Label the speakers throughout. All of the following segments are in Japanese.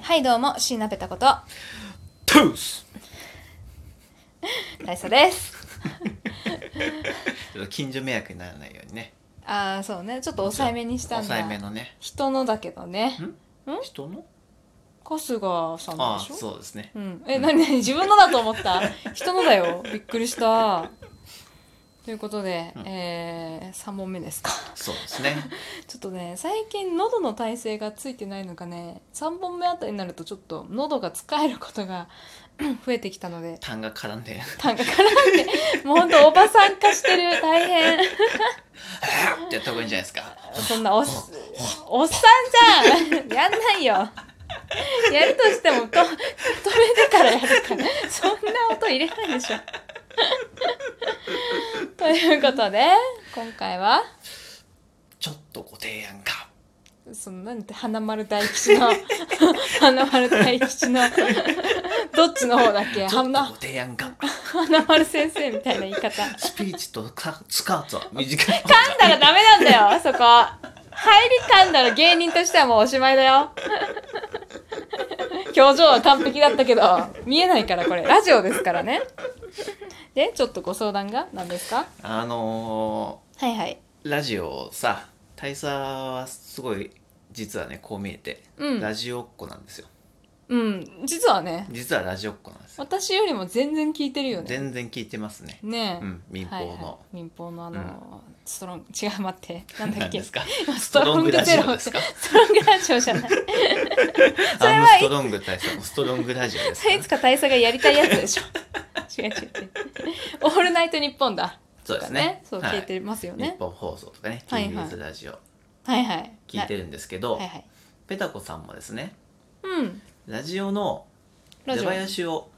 Speaker 1: はいどうも椎名ペタこと
Speaker 2: トゥース
Speaker 1: 大佐です
Speaker 2: ちょっと近所迷惑にならないようにね
Speaker 1: ああそうねちょっと抑えめにしたんだ
Speaker 2: 抑えめのね
Speaker 1: 人のだけどね
Speaker 2: 人の
Speaker 1: 春日さん
Speaker 2: ああ
Speaker 1: でしょ
Speaker 2: そうですね
Speaker 1: うん、え、なになに自分のだと思った人のだよびっくりしたということで、
Speaker 2: うん
Speaker 1: えー、3問目ですか
Speaker 2: そうですね
Speaker 1: ちょっとね最近喉の体勢がついてないのかね3本目あたりになるとちょっと喉が使えることが増えてきたので
Speaker 2: 痰が絡んで
Speaker 1: 単価からってもうほんとおばさん化してる大変
Speaker 2: ってやった方がいいんじゃないですか
Speaker 1: そんなおっおっさんじゃんやんないよやるとしてもと止めてからやるからそんな音入れないでしょということで今回は
Speaker 2: ちょっとご提案か
Speaker 1: そのなんて花丸大吉の花丸大吉のどっちの方だっけ
Speaker 2: ちょっとご
Speaker 1: 花
Speaker 2: 提案か
Speaker 1: 花丸先生みたいな言い方噛
Speaker 2: スピーチとかスカートは 短い
Speaker 1: んだらダメなんだよそこ入り噛んだら芸人としてはもうおしまいだよ表情は完璧だったけど見えないからこれラジオですからねでちょっとご相談が何ですか
Speaker 2: あの
Speaker 1: はいはい
Speaker 2: ー、ラジオをさ大佐はすごい実はねこう見えて、
Speaker 1: うん
Speaker 2: ラジオっ子なんですよ
Speaker 1: うん実はね
Speaker 2: 実はラジオっ子なんですよ
Speaker 1: 私よりも全然聞いてるよね
Speaker 2: 全然聞いてますね
Speaker 1: ねえ、
Speaker 2: うん民放の
Speaker 1: はいはい民放のあの、ストロング違う待ってなんだっ
Speaker 2: 何
Speaker 1: け
Speaker 2: ですか
Speaker 1: ストロングゼロ
Speaker 2: ストロングラジオですか
Speaker 1: ストロングラジオじゃないそれ
Speaker 2: アーム
Speaker 1: は
Speaker 2: ストロング 大佐のストロングラジオです
Speaker 1: そ
Speaker 2: か
Speaker 1: れいつか大佐がやりたいやつで しょ違う違う違うオールナイトニッポンだ
Speaker 2: そうですね
Speaker 1: とかそう
Speaker 2: はい
Speaker 1: 聞いてますよ
Speaker 2: 日
Speaker 1: ね、
Speaker 2: 本放送とかね、
Speaker 1: はいはい
Speaker 2: TBS ラジオ
Speaker 1: はい、はいはい
Speaker 2: 聞いてるんですけど、
Speaker 1: はいはい
Speaker 2: ペタコさんもですね
Speaker 1: うん
Speaker 2: ラジオの
Speaker 1: ラ
Speaker 2: 出
Speaker 1: ジオ
Speaker 2: 囃子を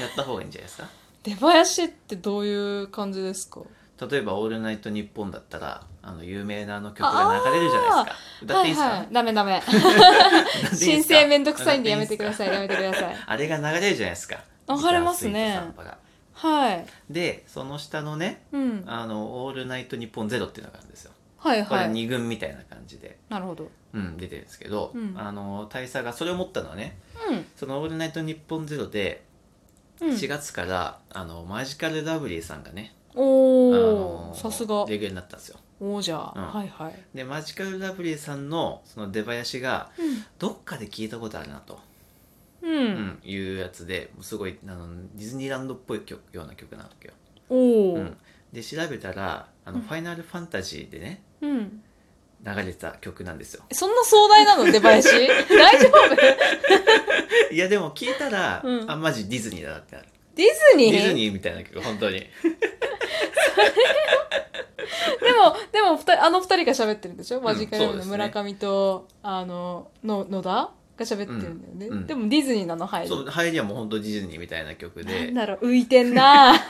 Speaker 2: やった方がいいんじゃないですか
Speaker 1: 出囃子ってどういう感じですか
Speaker 2: 例えば「オールナイトニッポン」だったらあの有名なあの曲が流れるじゃないですか歌って いいですか、
Speaker 1: はいはい、ダメダメ
Speaker 2: 歌っていい
Speaker 1: 申
Speaker 2: ですか
Speaker 1: 請めんどくさいんでやめてください
Speaker 2: 歌っ
Speaker 1: やめてください
Speaker 2: ていいですかあれが流れるじゃないですか
Speaker 1: 流れますね
Speaker 2: ギタースイートサンバが
Speaker 1: はい
Speaker 2: でその下のね
Speaker 1: うん
Speaker 2: あの「オールナイトニッポンゼロっていうのがあるんですよ
Speaker 1: はい
Speaker 2: これ
Speaker 1: はい
Speaker 2: 2軍みたいな感じで、
Speaker 1: なるほど
Speaker 2: うん、出てるんですけど、
Speaker 1: うん
Speaker 2: あの大佐がそれを持ったのはね
Speaker 1: う
Speaker 2: その「オールナイトニッポンゼロで
Speaker 1: ん、うん、
Speaker 2: 4月から、あのマジカルラブリーさんがね、
Speaker 1: お
Speaker 2: あ
Speaker 1: お、
Speaker 2: の
Speaker 1: さすが
Speaker 2: レギュラーになったんですよ
Speaker 1: 王者、
Speaker 2: うん
Speaker 1: はいはい、
Speaker 2: でマジカルラブリーさんのその出囃子が
Speaker 1: うん
Speaker 2: どっかで聞いたことあるなと、
Speaker 1: う、
Speaker 2: うんんいうやつですごいあのディズニーランドっぽい曲ような曲なわけよ、
Speaker 1: おお、
Speaker 2: うん、で調べたら「あの
Speaker 1: うん
Speaker 2: ファイナルファンタジー」でね
Speaker 1: うん、
Speaker 2: 流れてた曲な んですよ
Speaker 1: そんな壮大なの出 囃子大丈夫
Speaker 2: いやでも聞いたら、
Speaker 1: うん
Speaker 2: あマジディズニーだなってなる
Speaker 1: ディズ
Speaker 2: デ
Speaker 1: ニー
Speaker 2: ィズニーみたいな曲本当に
Speaker 1: でもでも二人あの二人が喋ってるんでしょ
Speaker 2: ん
Speaker 1: マジカルラブリーの
Speaker 2: そうですね
Speaker 1: 村上と、あのの野田が喋ってるんだよね、
Speaker 2: うんうん
Speaker 1: でもディズニーなの入
Speaker 2: そう
Speaker 1: る
Speaker 2: 入りはもう本当ディズニーみたいな曲
Speaker 1: な
Speaker 2: で
Speaker 1: んだろう浮いてんな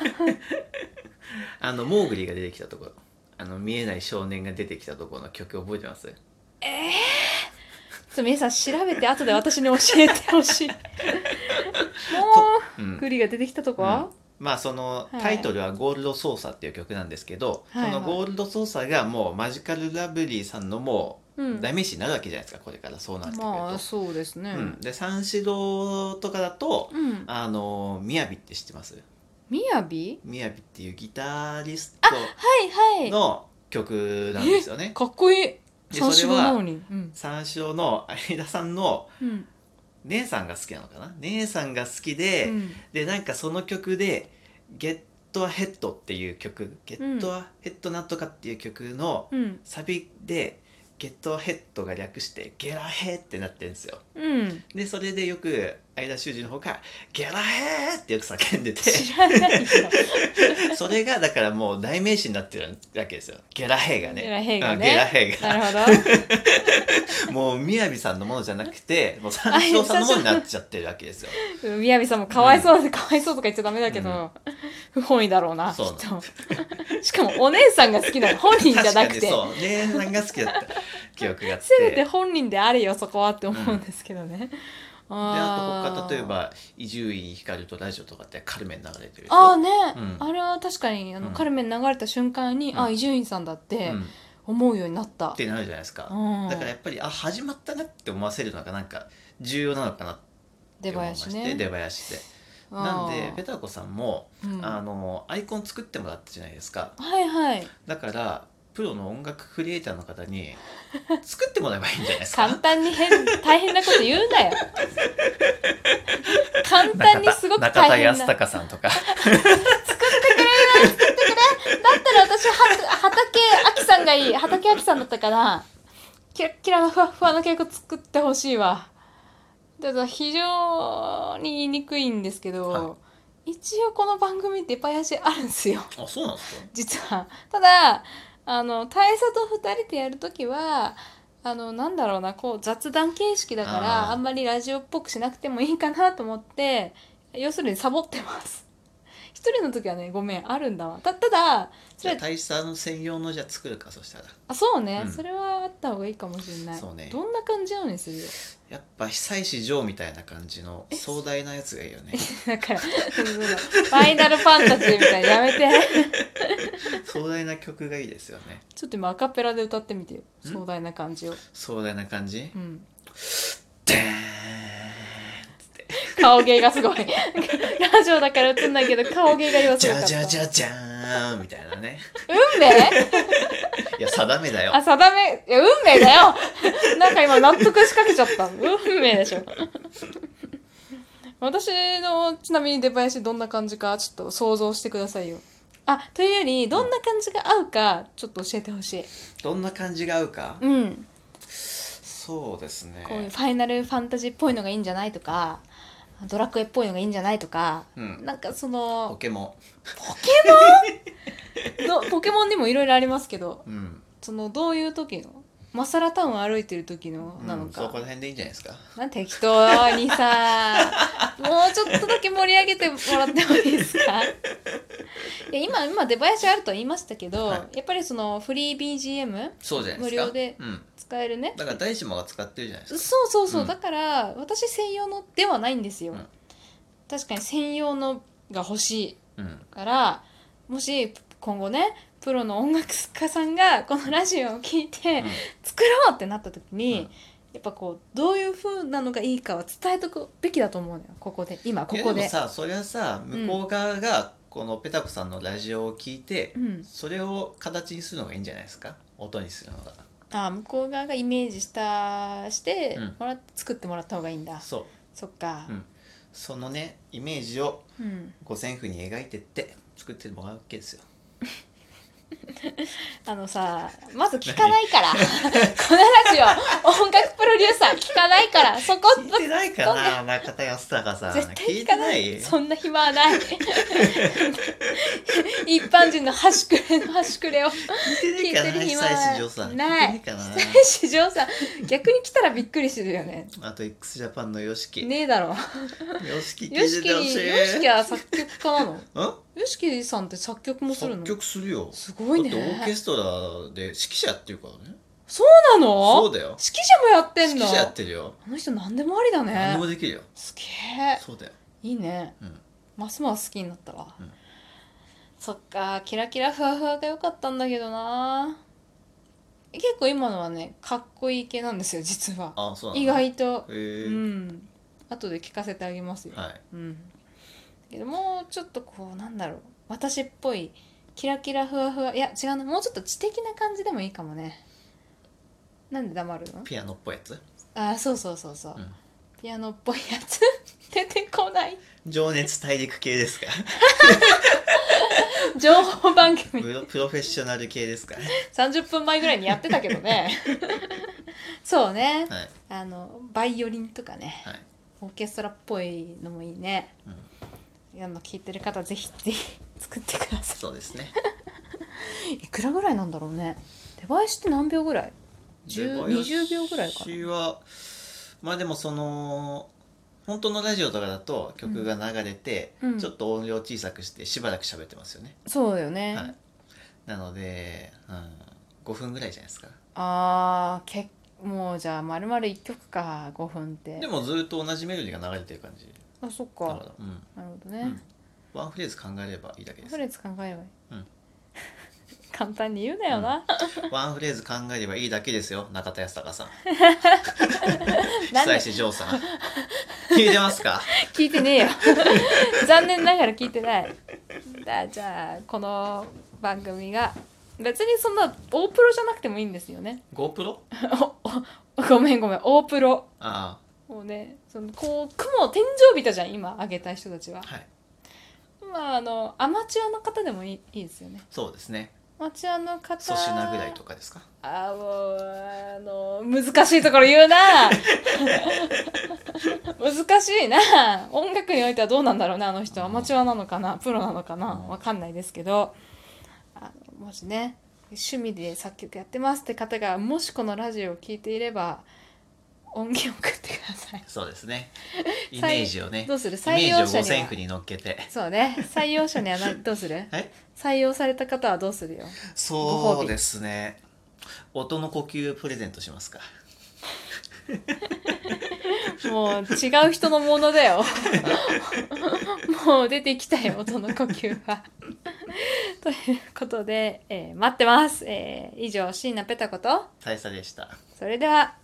Speaker 2: あのモーグリが出てきたところあの見えない少年が出てきたところの曲覚えてます
Speaker 1: ちょっと皆さん調べて後で私に教えてほ しいも
Speaker 2: う
Speaker 1: うんグリが出てきたとこは、
Speaker 2: まあその
Speaker 1: はい
Speaker 2: タイトルは「ゴールド操作」っていう曲なんですけど、
Speaker 1: はい
Speaker 2: そのゴールド操作がもうマジカルラブリーさんのも
Speaker 1: うん
Speaker 2: う代名詞になるわけじゃないですかこれからそうなってくると。
Speaker 1: まあそうですね
Speaker 2: うん、で三四郎とかだと
Speaker 1: うん
Speaker 2: あのみやびって知ってます
Speaker 1: みやび
Speaker 2: みやびっていうギタリス
Speaker 1: はいはい
Speaker 2: トの曲なんですよね。
Speaker 1: かっこいい
Speaker 2: で
Speaker 1: 三四郎
Speaker 2: それは
Speaker 1: なのにうん、
Speaker 2: 三四郎の相田さんの
Speaker 1: うん
Speaker 2: 姉さんが好きなのかな姉さんが好きで、
Speaker 1: うん
Speaker 2: でなんかその曲で「ゲットアヘッドっていう曲「ゲットアヘッドなんとかっていう曲の
Speaker 1: うん
Speaker 2: サビで「ゲットアヘッドが略して「ゲラヘ」ってなってるんですよ。
Speaker 1: うん
Speaker 2: でそれでよく相田修二の方が「ゲラヘ」ってよく叫んでて
Speaker 1: 知らないよ
Speaker 2: それがだからもう代名詞になってるわけですよ「ゲラヘ」がね。
Speaker 1: ゲラヘがね
Speaker 2: うんゲラヘが
Speaker 1: なるほど
Speaker 2: もうみやびさんのものじゃなくてもう三四郎さんのものになっちゃってるわけですよ。
Speaker 1: うんみやびさんもかわいそうでかわいそうとか言っちゃダメだけど、不本意だろうなきっ
Speaker 2: そうな
Speaker 1: としかもお姉さんが好きな の本人じゃなく
Speaker 2: 確かに
Speaker 1: て
Speaker 2: そう姉さんが好きだった記憶があって。
Speaker 1: せめて本人であれよそこはって思うんですけどね、
Speaker 2: で
Speaker 1: あ
Speaker 2: あと
Speaker 1: ー
Speaker 2: 他例えば伊集院光とラジオとかってカルメン流れてるでしょ
Speaker 1: ああね、
Speaker 2: うん
Speaker 1: あれは確かにあの、
Speaker 2: うん
Speaker 1: カルメン流れた瞬間に、
Speaker 2: うん
Speaker 1: あ伊集院さんだって
Speaker 2: うん
Speaker 1: 思うようになった
Speaker 2: ってなるじゃないですか、
Speaker 1: うん
Speaker 2: だからやっぱりあ始まったなって思わせるのがなんか重要なのかなって
Speaker 1: 出
Speaker 2: 思いま
Speaker 1: 囃
Speaker 2: し
Speaker 1: 子
Speaker 2: て
Speaker 1: ね
Speaker 2: 出囃子でなんでペ
Speaker 1: で、
Speaker 2: タコさんも、
Speaker 1: うん
Speaker 2: あのアイコン作ってもらったじゃないですか
Speaker 1: はいはい
Speaker 2: だからプロの音楽クリエイターの方に作ってもらえばいいんじゃないです
Speaker 1: 簡
Speaker 2: か
Speaker 1: 単に変大変なこと言うなよ 簡単にすごく
Speaker 2: 中田
Speaker 1: 大変
Speaker 2: 康
Speaker 1: な
Speaker 2: 隆さん とか
Speaker 1: だったら私は畑あきさんがいい畑あきさんだったかなキラッキラのふわっふわの曲作ってほしいわだから非常に言いにくいんですけど、
Speaker 2: は
Speaker 1: 一応この番組出囃子あるんですよ
Speaker 2: あそうなんですか
Speaker 1: 実はただあの大佐と2人でやるときはあのなんだろうなこう雑談形式だから
Speaker 2: あー
Speaker 1: あんまりラジオっぽくしなくてもいいかなと思って要するにサボってます一人の時はねごめんあるんだわたただそ
Speaker 2: じゃあ
Speaker 1: れ
Speaker 2: 大佐の専用のじゃあ作るかそしたら
Speaker 1: あそうね、
Speaker 2: うん
Speaker 1: それはあった方がいいかもしれない
Speaker 2: そうね
Speaker 1: どんな感じなの にする
Speaker 2: やっぱ久石譲みたいな感じの
Speaker 1: え
Speaker 2: 壮大なやつがいいよね
Speaker 1: だからそうそうそうファイナルファンタジーみたいなやめて
Speaker 2: 壮大な曲がいいですよね
Speaker 1: ちょっと今アカペラで歌ってみてよ
Speaker 2: ん
Speaker 1: 壮大な感じを、
Speaker 2: 壮大な感じ
Speaker 1: うん、
Speaker 2: でーん
Speaker 1: 顔芸がすごい ラジオだから映んないけど顔芸が今す
Speaker 2: じ
Speaker 1: ごか
Speaker 2: ゃ
Speaker 1: った
Speaker 2: じゃじゃじゃーんみたいなね
Speaker 1: 運命
Speaker 2: いや定めだよ
Speaker 1: あ定めいや運命だ よなんか今納得しかけちゃった運命でしょ私のちなみに出囃子どんな感じかちょっと想像してくださいよあというよりどんな感じが合うかちょっと教えてほしい
Speaker 2: どんな感じが合うか
Speaker 1: うん
Speaker 2: そうですね
Speaker 1: こういうファイナルファンタジーっぽいのがいいんじゃないとかドラクエっぽいのがいいんじゃないとか、
Speaker 2: うん
Speaker 1: なんかそ
Speaker 2: ポ
Speaker 1: の
Speaker 2: ケモ
Speaker 1: どポケモンにもいろいろありますけど
Speaker 2: ンうん
Speaker 1: そのどういう時のマサラタウン歩いてる時のなの
Speaker 2: うん
Speaker 1: か、
Speaker 2: そこら辺でいいんじゃないですか
Speaker 1: なん適当にさもうちょっとだけ盛り上げてもらってもいいですかいや今今出囃子あるとは言いましたけど、
Speaker 2: は
Speaker 1: やっぱりそのフリー BGM
Speaker 2: そうじゃないですか
Speaker 1: 無料で
Speaker 2: うん
Speaker 1: 使えるね
Speaker 2: だから大志もが使ってるじゃないです
Speaker 1: そう
Speaker 2: か
Speaker 1: そうそう、
Speaker 2: うん
Speaker 1: だから私専用のではないんですよ、
Speaker 2: うん
Speaker 1: 確かに専用のが欲しい
Speaker 2: うん
Speaker 1: からもし今後ねプロの音楽家さんがこのラジオを聞いて、
Speaker 2: うん
Speaker 1: 作ろうってなった時に、
Speaker 2: うん
Speaker 1: やっぱこうどういう風なのがいいかは伝えとくべきだと思うのよここで今ここ
Speaker 2: いや
Speaker 1: で
Speaker 2: もさそれはさ向こう側がこのペタコさんのラジオを聞いて、
Speaker 1: うん、
Speaker 2: それを形にするのがいいんじゃないですか音にするのが
Speaker 1: あ向こう側がイメージしたして
Speaker 2: うん
Speaker 1: もらっ、作ってもらった方がいいんだ
Speaker 2: そう
Speaker 1: そっか
Speaker 2: うんそのねイメージを
Speaker 1: うん、
Speaker 2: 五線譜に描いてって作ってもらうわけですよ
Speaker 1: あのさまず聞かないから このラジオ音楽プロデューサー聞かないからそこ
Speaker 2: 聞いてないかな中田康隆さん
Speaker 1: 絶対
Speaker 2: 聞い
Speaker 1: 聞
Speaker 2: て
Speaker 1: か
Speaker 2: な
Speaker 1: ない
Speaker 2: い
Speaker 1: そんな暇は ない一般人の端くれの端くれを
Speaker 2: 聞いてないかな
Speaker 1: 聞いてる
Speaker 2: 久
Speaker 1: 暇は
Speaker 2: 石譲さん聞いて
Speaker 1: ない
Speaker 2: ないかな
Speaker 1: 史上さ逆に来たらびっくりするよね
Speaker 2: あと x ジャパンの YOSHIKI
Speaker 1: ねえだろ
Speaker 2: YOSHIKI
Speaker 1: よ
Speaker 2: 聞
Speaker 1: しき
Speaker 2: いててほし
Speaker 1: よしき
Speaker 2: い
Speaker 1: は作曲家なの
Speaker 2: う
Speaker 1: よしきさんって作曲も
Speaker 2: ん
Speaker 1: するの
Speaker 2: 作曲するよ
Speaker 1: すごいね
Speaker 2: だってオーケストラで指揮者やってるからね
Speaker 1: そうな
Speaker 2: そう
Speaker 1: の
Speaker 2: だよ
Speaker 1: 指揮者もやってん
Speaker 2: 指
Speaker 1: の
Speaker 2: 揮者やってるよ
Speaker 1: あの人何でもありだ
Speaker 2: 何でも
Speaker 1: ね
Speaker 2: できるよ
Speaker 1: すげえ
Speaker 2: そうだよ
Speaker 1: いいね
Speaker 2: うん
Speaker 1: ますます好きになったわ、
Speaker 2: うん
Speaker 1: そっかキラキラふわふわが良かったんだけどな結構今のはねかっこいい系なんですよ実は
Speaker 2: あそうなん
Speaker 1: 意
Speaker 2: だへ
Speaker 1: 外と
Speaker 2: え
Speaker 1: うん後で聞かせてあげますよ
Speaker 2: はい
Speaker 1: うん、だけどもうちょっとこうなんだろう私っぽいキラキラふわふわいや違うなもうちょっと知的な感じでもいいかもねなんで黙るの
Speaker 2: ピアノっぽいやつ
Speaker 1: あそうそうそうそう、
Speaker 2: うん
Speaker 1: ピアノっぽいやつ 出てこない
Speaker 2: 情熱大陸系ですか
Speaker 1: 情報番組
Speaker 2: プロプロフェッショナル系ですか
Speaker 1: 30分前ぐらいにやってたけど ねそうね
Speaker 2: はい
Speaker 1: あのバイオリンとかね
Speaker 2: はい
Speaker 1: オーケストラっぽいのもいいね、いやあの聞いてる方ぜひぜひ作ってください
Speaker 2: そうですね
Speaker 1: いくらぐらいなんだろうね出囃子って何秒ぐらい10 20秒ぐらいかな
Speaker 2: 私はまあでもその本当のラジオとかだと曲が流れて、
Speaker 1: うん
Speaker 2: ちょっと音量小さくしてしばらく喋ってますよね、
Speaker 1: そうだよね、
Speaker 2: はいなので、うん、5分ぐらいじゃないですか
Speaker 1: あーけもうじゃあ丸々1曲か5分って
Speaker 2: でもずっと同じメロディーが流れてる感じ
Speaker 1: あそっ
Speaker 2: だか、
Speaker 1: から
Speaker 2: うん
Speaker 1: なるほど
Speaker 2: うん
Speaker 1: ね、
Speaker 2: ワンフレーズ考えればいいだけです
Speaker 1: フレーズ考えればいい、
Speaker 2: うん
Speaker 1: 簡単に言うなよ な、
Speaker 2: ワンフレーズ考えればいいだけですよ中田康隆さん
Speaker 1: なんで
Speaker 2: 久石譲さん聞いてますか
Speaker 1: 聞いてねえよ 残念ながら聞いてないだじゃあこの番組が別にそんな大プロじゃなくてもいいんですよね
Speaker 2: GoPro?
Speaker 1: おおごめんごめん大プロ
Speaker 2: あ
Speaker 1: もうねそのこう雲天井人じゃん今上げた人たちは
Speaker 2: あはい
Speaker 1: まああのアマチュアの方でもいいいいですよね
Speaker 2: そうですね
Speaker 1: アマチュアの方
Speaker 2: 粗品ぐらいとかですか
Speaker 1: あーもうあの難しいところ言うな 難しいな音楽においてはどうなんだろうねあの人アマチュアなのかなプロなのかな
Speaker 2: うん
Speaker 1: わかんないですけどあのもしね趣味で作曲やってますって方がもしこのラジオを聞いていれば音源を送ってください
Speaker 2: そうで すねイ
Speaker 1: さい
Speaker 2: メージをねイ
Speaker 1: ど
Speaker 2: メ
Speaker 1: うする採
Speaker 2: ー
Speaker 1: 用
Speaker 2: ジ
Speaker 1: 者に
Speaker 2: を5000
Speaker 1: は
Speaker 2: 句に乗っけて
Speaker 1: そうね採用者にはなどうする
Speaker 2: はい
Speaker 1: 採用された方はどうするよ
Speaker 2: そうですね音の呼吸プレゼントしますか
Speaker 1: もう違う人のものだよ。もう出てきたよ、音の呼吸は。ということで、えー待ってます。えー以上、椎名ペタこと。
Speaker 2: 大佐でした
Speaker 1: それでは、